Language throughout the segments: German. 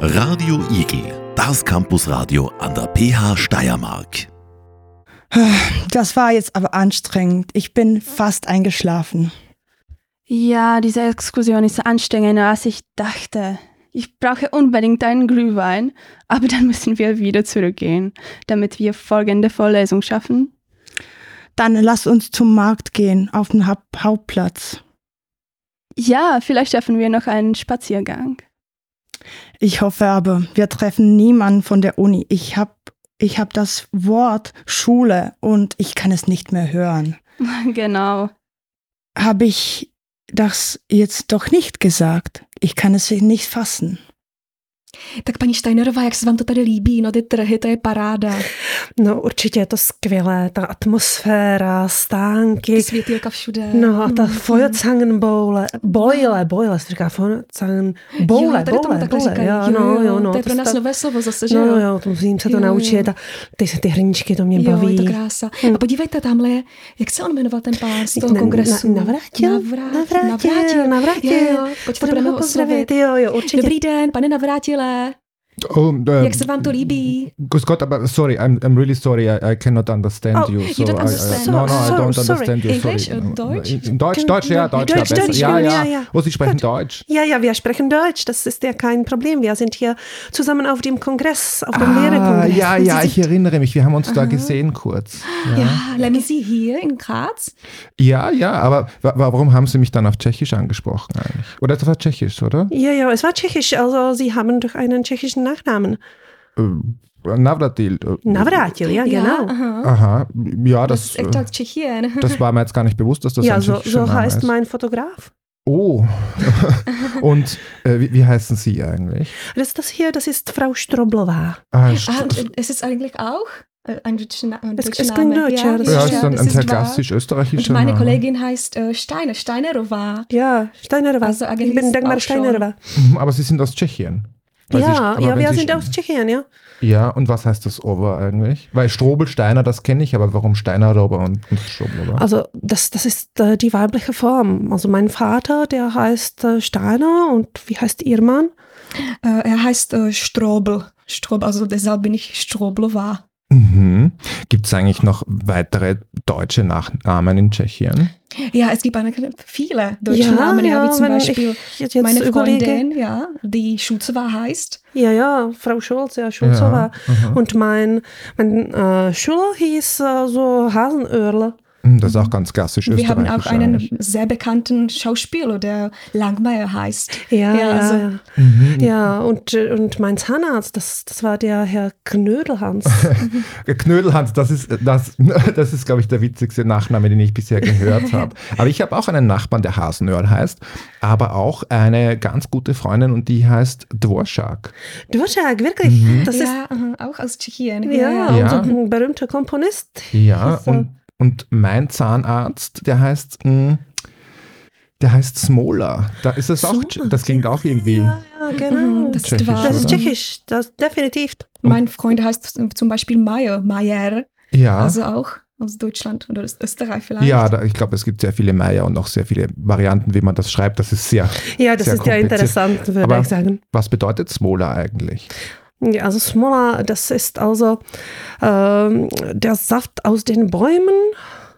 Radio Igel, das Campusradio an der PH Steiermark. Das war jetzt aber anstrengend. Ich bin fast eingeschlafen. Ja, diese Exkursion ist anstrengender, als ich dachte. Ich brauche unbedingt einen Glühwein, aber dann müssen wir wieder zurückgehen, damit wir folgende Vorlesung schaffen. Dann lass uns zum Markt gehen, auf den Haupt Hauptplatz. Ja, vielleicht schaffen wir noch einen Spaziergang. Ich hoffe aber, wir treffen niemanden von der Uni. Ich habe ich hab das Wort Schule und ich kann es nicht mehr hören. genau. Habe ich das jetzt doch nicht gesagt? Ich kann es nicht fassen. Tak paní Steinerová, jak se vám to tady líbí? No ty trhy, to je paráda. No určitě je to skvělé, Eh, ta atmosféra, stánky. Ty světílka všude. Mm. No a ta Feuerzangenbowle, bojle, bojle, se říká Feuerzangenbowle, jo, tady tomu bowle, takhle bowle, říkají. jo, Jo, no, jo, jo, no, to je pro se nás ta- nové slovo zase, že No jo? jo, to musím se to Jo, jo. naučit a ty, ty hrníčky, to mě Jo, baví. Hmm. je to krása. A podívejte, tamhle je, jak se on jmenoval ten pán z toho Na- kongresu? na- Navrátil? Navrát- Navrátil, Navrátil, Navrátil. Jo, jo, pojďte, Budeme budeme ho ho oslovit. pozdravit, jo, jo, určitě. Dobrý den, pane Navrátile. Oh, Ehm, äh, Jak se vám to líbí? Grüß Gott, aber sorry, I'm, I'm really sorry, I, I cannot understand Oh, you. you So don't I, understand. I, no, no, So- I don't sorry. understand you. English sorry. und Deutsch? In Deutsch, Gen- Deutsch, ja, Deutsch, Deutsch, war besser. Deutsch, Deutsch, ja, ja, ja, ja. Oh, Sie sprechen Deutsch. Ja, ja, wir sprechen Deutsch, das ist ja kein Problem. Wir sind hier zusammen auf dem Kongress, auf dem Ah, Lehrerkongress. ja, Und Sie ja, ich sind- erinnere mich, wir haben uns da gesehen kurz. Ja, leben Sie hier in Graz? Ja, ja, aber wa warum haben Sie mich dann auf Tschechisch angesprochen eigentlich? Oder das war Tschechisch, oder? Ja, ja, es war tschechisch, also Sie haben doch einen tschechischen Nachnamen. Äh, Navratil. äh, Navratil, ja, genau. aha. Aha, ja, Ah, Das, das, ist echt äh, aus Tschechien. das war mir jetzt gar nicht bewusst, dass das ja, ein so, tschechischer so Name heißt ist. mein Fotograf. Oh, und äh, wie, wie heißen Sie eigentlich? Das, das hier, das ist Frau Stroblová. Ah, St- Ah, und äh, es ist eigentlich auch äh, ein deutscher Na- ein Es- deutscher es klingt Name. deutsch, ja, das ja, ist ein, das ein ist wahr. Und sarkastisch-österreichischer Also meine Name. Kollegin heißt äh, Steiner, Steinerova. Ja, Steinerová. Also eigentlich ich bin auch Dagmar schon. Steinerová. Mhm, Aber Sie sind aus Tschechien. Weil Sie- Ja, aber ja, wenn wir Sie- sind aus Tschechien, ja. Ja, und was heißt das Ober eigentlich? Weil Strobelsteiner, das kenne ich, aber warum Steiner Ober und, und Strobel Also das, das ist äh, die weibliche Form. Also mein Vater, der heißt äh, Steiner und wie heißt ihr Mann? Äh, er heißt äh, Strobel. Strobel, also deshalb bin ich Stroblova. mhm. Gibt es eigentlich noch weitere deutsche Nachnamen in Tschechien? Ja, es gibt eine, viele deutsche Ja, Namen, ja, wie ja, zum wenn Beispiel Ich jetzt meine überlege. Freundin, ja, die Schulzwa heißt. Ja, ja, Frau Schulz, ja, Schulzova. aha. Und mein, mein äh, Schüler hieß äh, so Hasenöhrle. Mhm, Das ist auch ganz klassisch Wir haben österreichisch. auch einen eigentlich. sehr bekannten Schauspieler, der Langmeier heißt. Ja, Ja, ja, also- ja. Mhm. ja und, äh, und mein Zahnarzt, das, das war der Herr Knödelhans. Äh, Knödelhans, das ist, das, das ist glaube ich, der witzigste Nachname, den ich bisher gehört habe. Aber ich habe auch einen Nachbarn, der Hasenöhrl heißt, aber auch eine ganz gute Freundin und die heißt Dvorschak. Dvořák, wirklich. Das ja, aha, auch aus Tschechien. ist ja, Mhm. Ja. unser berühmter Komponist. Ja, Ist so. und, und mein Zahnarzt, der heißt, mh, der heißt Smola. Da ist das auch, das klingt auch irgendwie. Ja, ja, genau. Mhm, Das Das, ist Tschechisch, wahr. ist oder? tschechisch, das definitiv. Mein Freund heißt zum Beispiel Meier, Meier, Ja. also auch aus Deutschland oder aus Österreich vielleicht. Ja, da, ich glaube, es gibt sehr viele Meier und auch sehr viele Varianten, wie man das schreibt. Das ist sehr. Ja, das sehr ist ja kompliziert. interessant, würde Aber ich sagen. Was bedeutet Smola eigentlich? Ja, also Smola, das ist also ähm, der Saft aus den Bäumen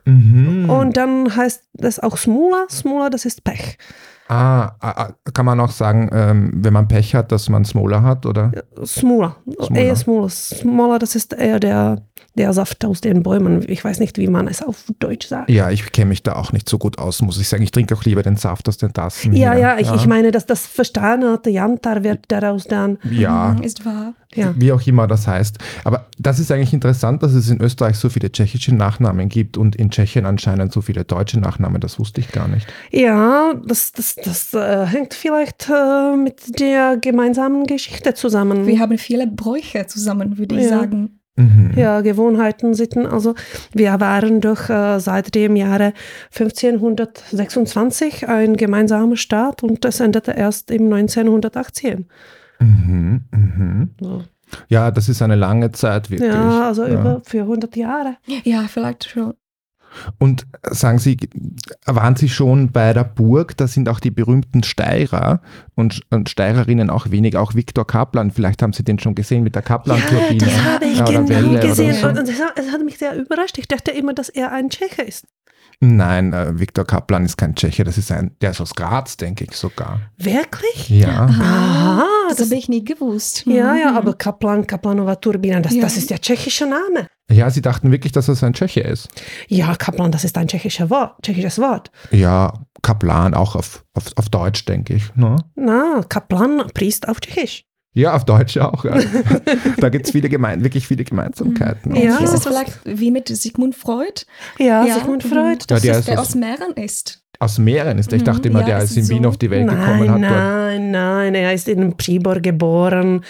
Mhm. und dann heißt das auch Smola. Smola, das ist Pech. Ah, ah, ah, kann man auch sagen, ähm, wenn man Pech hat, dass man Smola hat, oder? Smola, Smola. eher Smola. Smola, das ist eher der, der Saft aus den Bäumen. Ich weiß nicht, wie man es auf Deutsch sagt. Ja, ich kenne mich da auch nicht so gut aus, muss ich sagen. Ich trinke auch lieber den Saft aus den Tassen. Ja, hier. ja, ich, ich meine, dass das versteinerte Jantar wird daraus dann. Ja, Mhm, Ist wahr. Ja. wie auch immer das heißt. Aber das ist eigentlich interessant, dass es in Österreich so viele tschechische Nachnamen gibt und in Tschechien anscheinend so viele deutsche Nachnamen. Das wusste ich gar nicht. Ja, das, das, das äh, hängt vielleicht äh, mit der gemeinsamen Geschichte zusammen. Wir haben viele Bräuche zusammen, würde ich Mhm. Ja. sagen. Mhm. ja, Gewohnheiten, Sitten. Also wir waren doch äh, seit dem Jahre 1526 ein gemeinsamer Staat und das endete erst im 1918. Mhm. Mhm. So. Ja, das ist eine lange Zeit wirklich. Ja, also Ja. über 400 Jahre. Ah, Ja, vielleicht schon. Und sagen Sie, waren Sie schon bei der Burg? Da sind auch die berühmten Steirer und, und Steirerinnen auch wenig, auch Viktor Kaplan. Vielleicht haben Sie den schon gesehen mit der Ja, Kaplan-Turbine. das habe ich oder genau Welle oder gesehen. so. Und und das hat, es hat mich sehr überrascht. Ich dachte immer, dass er ein Tscheche ist. Nein, äh, Viktor Kaplan ist kein Tscheche, das ist ein, der ist aus Graz, denke ich sogar. Wirklich? Ah. Ja. Aha. Das, Das, habe ich nie gewusst. Mhm. ja, ja, aber Kaplan, Kaplanova Turbina, das, das ist der tschechische Name. Ja, Sie dachten wirklich, dass das ein Tscheche ist. Ja, Kaplan, das ist ein tschechischer Wort, tschechisches Wort. Ja, Kaplan auch auf, auf, auf Deutsch, denke ich. Ne? Na, Kaplan, Priest auf Tschechisch. Ja, auf Deutsch auch. Ja. da gibt es viele gemein, wirklich viele Gemeinsamkeiten. Ja. und Ist so. es vielleicht wie mit Sigmund Freud? Ja, Ja. Sigmund Mhm. Freud. Ja, Das der ist, ist der aus- aus Mähren ist. Aus Mähren ist. der. Ich dachte Mhm, immer, ja, der es ist in ist Wien so. auf die Welt gekommen, nein, hat dort. nein, nein, er ist in Pribor geboren.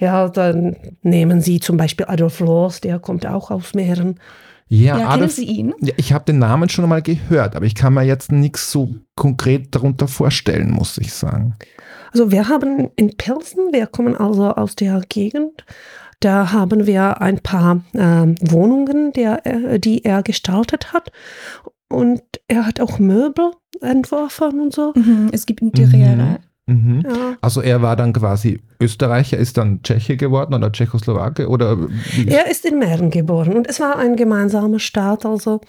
Ja, dann nehmen Sie zum Beispiel Adolf Loos, der kommt auch aus Mähren. Ja, ah, Ja, kennen Adolf, Sie ihn? ja, ich habe den Namen schon mal gehört, aber ich kann mir jetzt nichts so konkret darunter vorstellen, muss ich sagen. Also wir haben in Pilsen, wir kommen also aus der Gegend, da haben wir ein paar ähm, Wohnungen, der, er- die er gestaltet hat. Und er hat auch Möbel entworfen und so. Mhm, es gibt Interiere. Mhm. Ja. Also er war dann quasi Österreicher, ist dann Tscheche geworden oder Tschechoslowake oder wie? Er ist in Mähren geboren und es war ein gemeinsamer Staat, also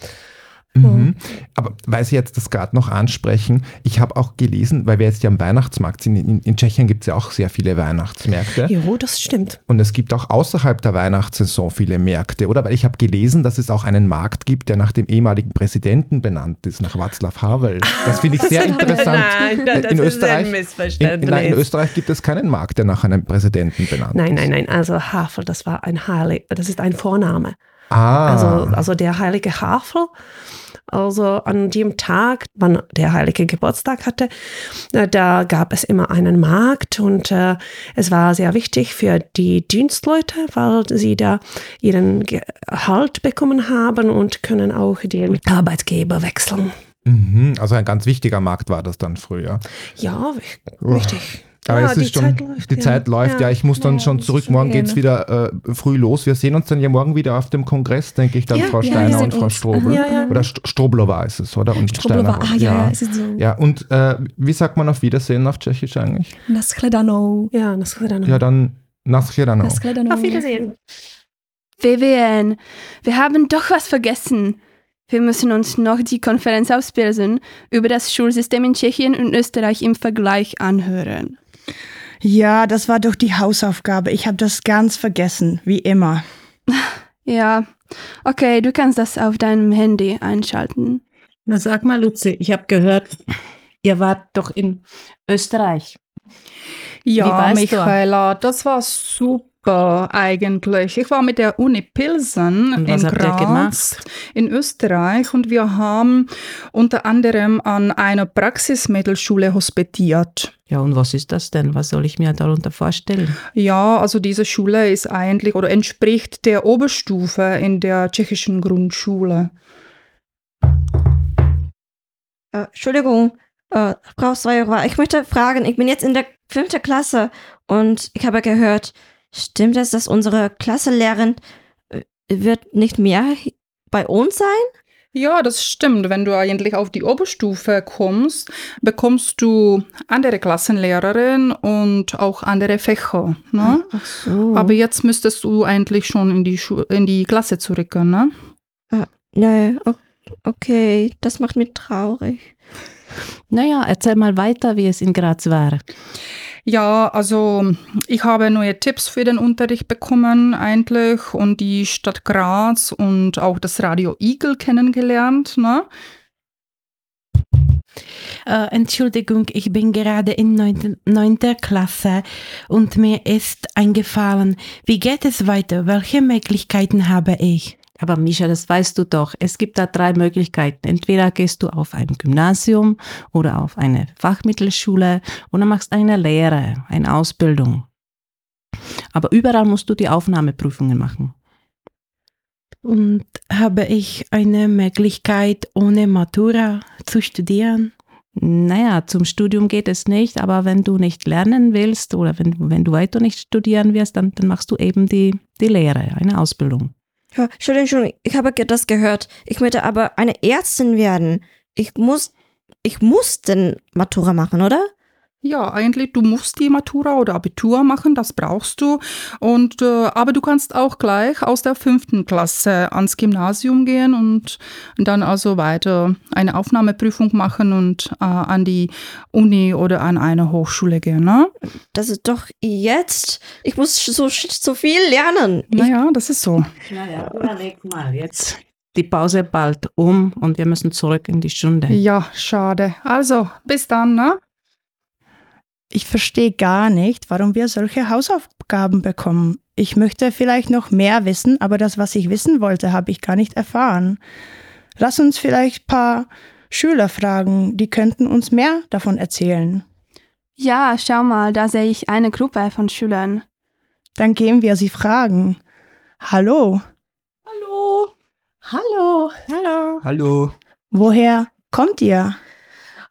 Mhm. Aber weil Sie jetzt das gerade noch ansprechen, ich habe auch gelesen, weil wir jetzt ja am Weihnachtsmarkt sind, in, in Tschechien gibt es ja auch sehr viele Weihnachtsmärkte. jo, das stimmt. Und es gibt auch außerhalb der Weihnachtssaison viele Märkte, oder? Weil ich habe gelesen, dass es auch einen Markt gibt, der nach dem ehemaligen Präsidenten benannt ist, nach Václav Havel. Das finde ich sehr interessant. das In ist ein Österreich- In, in, nein, in Österreich gibt es keinen Markt, der nach einem Präsidenten benannt Nein, ist. nein, nein, also Havel, das war ein Heilig, das ist ein Vorname. Ah, Also, also der heilige Havel, also an dem Tag, wann der heilige Geburtstag hatte, äh, da gab es immer einen Markt und äh, es war sehr wichtig für die Dienstleute, weil sie da ihren Gehalt bekommen haben und können auch den Arbeitgeber wechseln. mhm, also ein ganz wichtiger Markt war das dann früher. Ja, ich- richtig. Aber ja, es ist die schon, Zeit läuft, die ja. Zeit läuft, ja. Ja. ich muss dann Ja, schon das ist eh zurück, schon morgen gerne. geht es wieder äh, früh los. Wir sehen uns dann ja morgen wieder auf dem Kongress, denke ich, dann Ja, Frau ja, Steiner wir und sehen Frau uns. Strobel. Ja, ja. Oder St Stroblowa ist es, oder? Und Stroblowa, Steiner- ah ja, ja, es ist so. Ja, und äh, wie sagt man auf Wiedersehen auf Tschechisch eigentlich? Naschledanou. Ja, das war dann Ja, dann Naschirano. Naschledanou. Auf Wiedersehen. WWN, wir haben doch was vergessen. Wir müssen uns noch die Konferenz aus Pilsen über das Schulsystem in Tschechien und Österreich im Vergleich anhören. Ja, das war doch die Hausaufgabe. Ich habe das ganz vergessen, wie immer. Ja, okay, du kannst das auf deinem Handy einschalten. Na sag mal, Luzi, ich habe gehört, ihr wart doch in Österreich. Wie Ja, war's Michaela, das war super eigentlich. Ich war mit der Uni Pilsen Und in was habt ihr Graz, gemacht? in Österreich, und wir haben unter anderem an einer Praxismittelschule hospitiert. Ja, und was ist das denn? Was soll ich mir darunter vorstellen? Ja, also diese Schule ist eigentlich oder entspricht der Oberstufe in der tschechischen Grundschule. Äh, Entschuldigung, äh, Frau Sojova, ich möchte fragen, ich bin jetzt in der fünften Klasse und ich habe gehört, stimmt es, dass unsere Klassenlehrerin äh, wird nicht mehr hi- bei uns sein? Ja, das stimmt. Wenn du eigentlich auf die Oberstufe kommst, bekommst du andere Klassenlehrerin und auch andere Fächer. Ne? Ach so. Aber jetzt müsstest du eigentlich schon in die, Schu in die Klasse zurück, ne? Nee, Ah, o- okay, das macht mich traurig. Naja, erzähl mal weiter, wie es in Graz war. Ja, also ich habe neue Tipps für den Unterricht bekommen eigentlich und die Stadt Graz und auch das Radio Igel kennengelernt, ne? Äh, Entschuldigung, ich bin gerade in neunte- neunter Klasse und mir ist eingefallen, wie geht es weiter? Welche Möglichkeiten habe ich? Aber Misha, das weißt du doch. Es gibt da drei Möglichkeiten. Entweder gehst du auf ein Gymnasium oder auf eine Fachmittelschule oder machst eine Lehre, eine Ausbildung. Aber überall musst du die Aufnahmeprüfungen machen. Und habe ich eine Möglichkeit, ohne Matura zu studieren? Naja, zum Studium geht es nicht, aber wenn du nicht lernen willst oder wenn, wenn du weiter nicht studieren wirst, dann, dann machst du eben die, die Lehre, eine Ausbildung. Ja, Entschuldigung, Entschuldigung, ich habe ge- das gehört. Ich möchte aber eine Ärztin werden. Ich muss, ich muss den Matura machen, oder? Ja, eigentlich, du musst die Matura oder Abitur machen, das brauchst du. Und, äh, aber du kannst auch gleich aus der fünften Klasse ans Gymnasium gehen und dann also weiter eine Aufnahmeprüfung machen und äh, an die Uni oder an eine Hochschule gehen. Ne? Das ist doch jetzt. Ich muss sch- so, sch- so viel lernen. Ich, Naja, das ist so. Naja, überleg mal jetzt. Die Pause bald um und wir müssen zurück in die Stunde. Ja, schade. Also, bis dann, ne? Ich verstehe gar nicht, warum wir solche Hausaufgaben bekommen. Ich möchte vielleicht noch mehr wissen, aber das, was ich wissen wollte, habe ich gar nicht erfahren. Lass uns vielleicht ein paar Schüler fragen, die könnten uns mehr davon erzählen. Ja, schau mal, da sehe ich eine Gruppe von Schülern. Dann gehen wir sie fragen. Hallo, Hallo. Hallo. Hallo. Hallo. woher kommt ihr?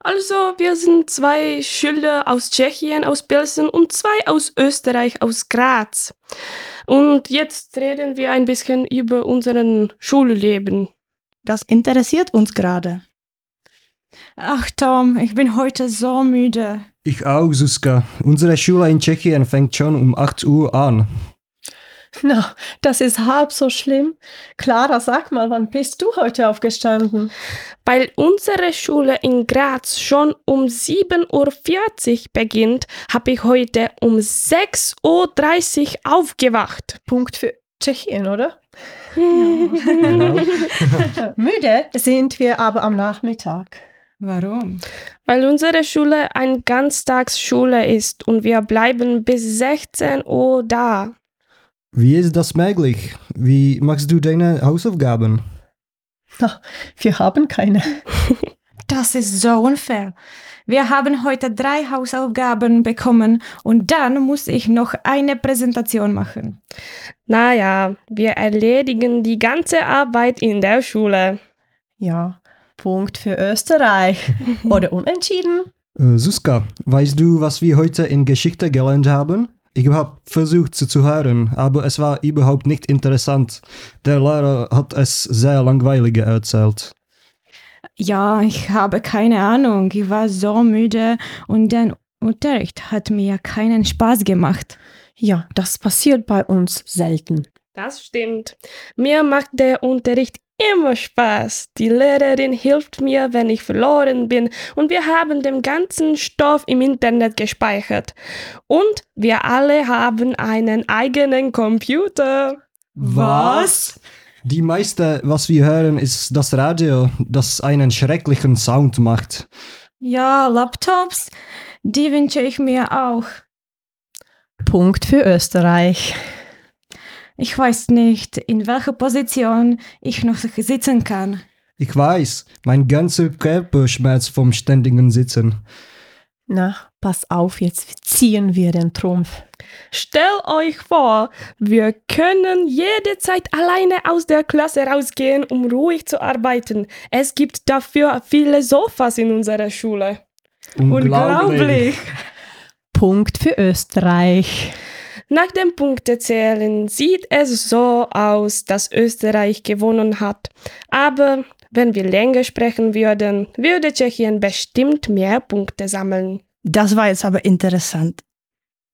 Also, wir sind zwei Schüler aus Tschechien, aus Pilsen und zwei aus Österreich, aus Graz. Und jetzt reden wir ein bisschen über unseren Schulleben. Das interessiert uns gerade. Ach Tom, ich bin heute so müde. Ich auch, Suska. Unsere Schule in Tschechien fängt schon um 8 Uhr an. Na, das ist halb so schlimm. Clara, sag mal, wann bist du heute aufgestanden? Weil unsere Schule in Graz schon um 7.40 Uhr beginnt, habe ich heute um 6.30 Uhr aufgewacht. Punkt für Tschechien, oder? Genau. Müde sind wir aber am Nachmittag. Warum? Weil unsere Schule eine Ganztagsschule ist und wir bleiben bis 16 Uhr da. Wie ist das möglich? Wie machst du deine Hausaufgaben? Wir haben keine. Das ist so unfair. Wir haben heute drei Hausaufgaben bekommen und dann muss ich noch eine Präsentation machen. Naja, wir erledigen die ganze Arbeit in der Schule. Ja, Punkt für Österreich. Oder unentschieden. Äh, Suska, weißt du, was wir heute in Geschichte gelernt haben? Ich habe versucht zuzuhören, aber es war überhaupt nicht interessant. Der Lehrer hat es sehr langweilig erzählt. Ja, ich habe keine Ahnung. Ich war so müde und der Unterricht hat mir keinen Spaß gemacht. Ja, das passiert bei uns selten. Das stimmt. Mir macht der Unterricht immer Spaß. Die Lehrerin hilft mir, wenn ich verloren bin und wir haben den ganzen Stoff im Internet gespeichert. Und wir alle haben einen eigenen Computer. Was? Die meiste, was wir hören, ist das Radio, das einen schrecklichen Sound macht. Ja, Laptops, die wünsche ich mir auch. Punkt für Österreich. Ich weiß nicht, in welcher Position ich noch sitzen kann. Ich weiß, mein ganzer Körper schmerzt vom ständigen Sitzen. Na, pass auf, jetzt ziehen wir den Trumpf. Stell euch vor, wir können jederzeit alleine aus der Klasse rausgehen, um ruhig zu arbeiten. Es gibt dafür viele Sofas in unserer Schule. Unglaublich. Punkt für Österreich. Nach dem Punktezählen sieht es so aus, dass Österreich gewonnen hat. Aber wenn wir länger sprechen würden, würde Tschechien bestimmt mehr Punkte sammeln. Das war jetzt aber interessant.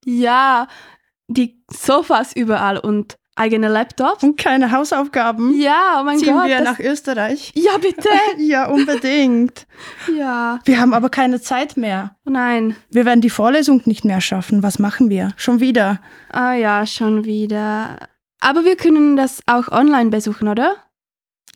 Ja, die Sofas überall und eigene Laptops. Und keine Hausaufgaben. Ja, oh mein Mhm. Ziehen Gott. wir das- nach Österreich. Ja, bitte. ja, unbedingt. ja. Wir haben aber keine Zeit mehr. Oh Nein. Wir werden die Vorlesung nicht mehr schaffen. Was machen wir? Schon wieder. Ah ja, schon wieder. Aber wir können das auch online besuchen, oder?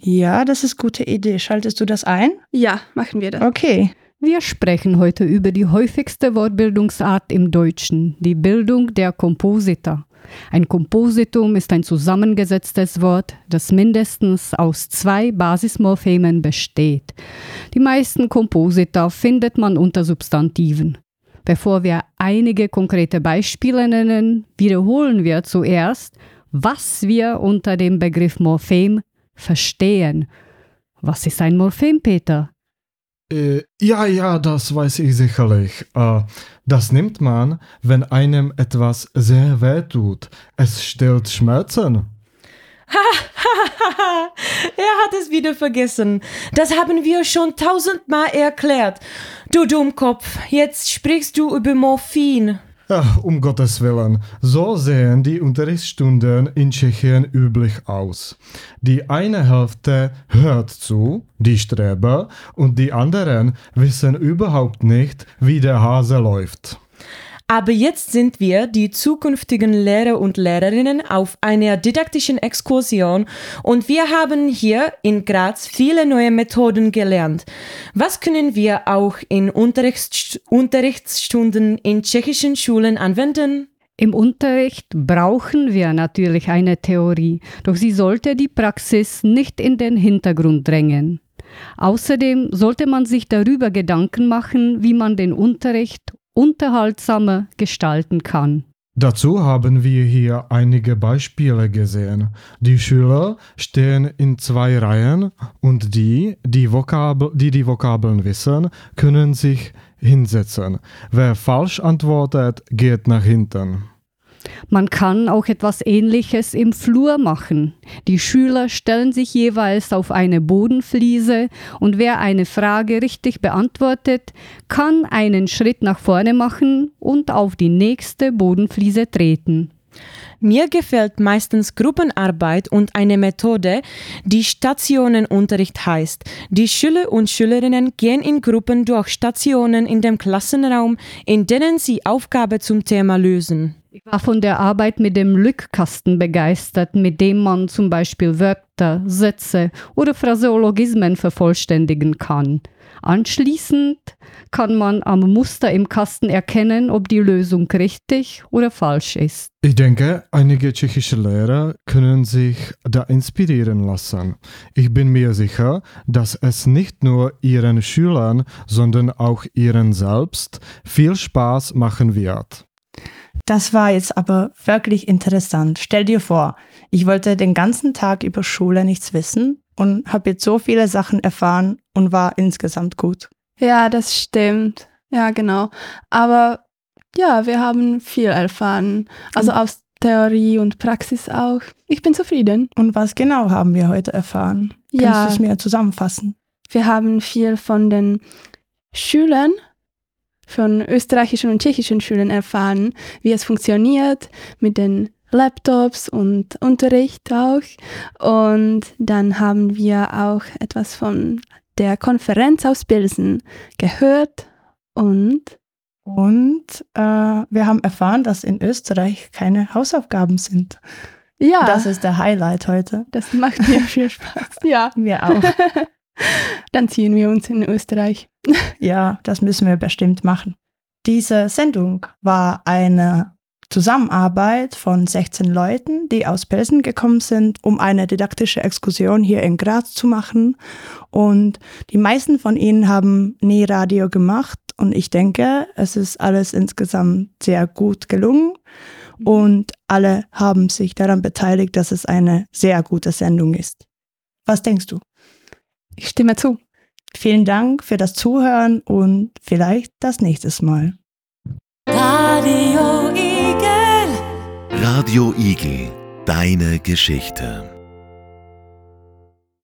Ja, das ist gute Idee. Schaltest du das ein? Ja, machen wir das. Okay. Wir sprechen heute über die häufigste Wortbildungsart im Deutschen, die Bildung der Komposita. Ein Kompositum ist ein zusammengesetztes Wort, das mindestens aus zwei Basismorphemen besteht. Die meisten Komposita findet man unter Substantiven. Bevor wir einige konkrete Beispiele nennen, wiederholen wir zuerst, was wir unter dem Begriff Morphem verstehen. Was ist ein Morphem, Peter? Äh, ja, ja, das weiß ich sicherlich. Äh, das nimmt man, wenn einem etwas sehr weh tut. Es stillt Schmerzen. Ha, ha, Er hat es wieder vergessen. Das haben wir schon tausendmal erklärt. Du Dummkopf, jetzt sprichst du über Morphin. Ach, um Gottes Willen, so sehen die Unterrichtsstunden in Tschechien üblich aus. Die eine Hälfte hört zu, die Streber, und die anderen wissen überhaupt nicht, wie der Hase läuft. Aber jetzt sind wir, die zukünftigen Lehrer und Lehrerinnen, auf einer didaktischen Exkursion und wir haben hier in Graz viele neue Methoden gelernt. Was können wir auch in Unterrichts Unterrichtsstunden in tschechischen Schulen anwenden? Im Unterricht brauchen wir natürlich eine Theorie, doch sie sollte die Praxis nicht in den Hintergrund drängen. Außerdem sollte man sich darüber Gedanken machen, wie man den Unterricht unterhaltsamer gestalten kann. Dazu haben wir hier einige Beispiele gesehen. Die Schüler stehen in zwei Reihen und die, die, Vokabel, die die Vokabeln wissen, können sich hinsetzen. Wer falsch antwortet, geht nach hinten. Man kann auch etwas Ähnliches im Flur machen. Die Schüler stellen sich jeweils auf eine Bodenfliese und wer eine Frage richtig beantwortet, kann einen Schritt nach vorne machen und auf die nächste Bodenfliese treten. Mir gefällt meistens Gruppenarbeit und eine Methode, die Stationenunterricht heißt. Die Schüler und Schülerinnen gehen in Gruppen durch Stationen in dem Klassenraum, in denen sie Aufgabe zum Thema lösen. Ich war von der Arbeit mit dem Lückkasten begeistert, mit dem man zum Beispiel Wörter, Sätze oder Phraseologismen vervollständigen kann. Anschließend kann man am Muster im Kasten erkennen, ob die Lösung richtig oder falsch ist. Ich denke, einige tschechische Lehrer können sich da inspirieren lassen. Ich bin mir sicher, dass es nicht nur ihren Schülern, sondern auch ihren selbst viel Spaß machen wird. Das war jetzt aber wirklich interessant. Stell dir vor, ich wollte den ganzen Tag über Schule nichts wissen und habe jetzt so viele Sachen erfahren und war insgesamt gut. Ja, das stimmt. Ja, genau. Aber ja, wir haben viel erfahren. Also Mhm. aus Theorie und Praxis auch. Ich bin zufrieden. Und was genau haben wir heute erfahren? Ja. Kannst du es mir zusammenfassen? Wir haben viel von den Schülern, von österreichischen und tschechischen Schülern erfahren, wie es funktioniert mit den Laptops und Unterricht auch. Und dann haben wir auch etwas von der Konferenz aus Pilsen gehört und und äh, wir haben erfahren, dass in Österreich keine Hausaufgaben sind. Ja. Das ist der Highlight heute. Das macht mir viel Spaß. Ja. Mir auch. Dann ziehen wir uns in Österreich. Ja, das müssen wir bestimmt machen. Diese Sendung war eine Zusammenarbeit von 16 Leuten, die aus Pilsen gekommen sind, um eine didaktische Exkursion hier in Graz zu machen. Und die meisten von ihnen haben nie Radio gemacht. Und ich denke, es ist alles insgesamt sehr gut gelungen. Und alle haben sich daran beteiligt, dass es eine sehr gute Sendung ist. Was denkst du? Ich stimme zu. Vielen Dank für das Zuhören und vielleicht das nächste Mal. Radio Igel, deine Geschichte.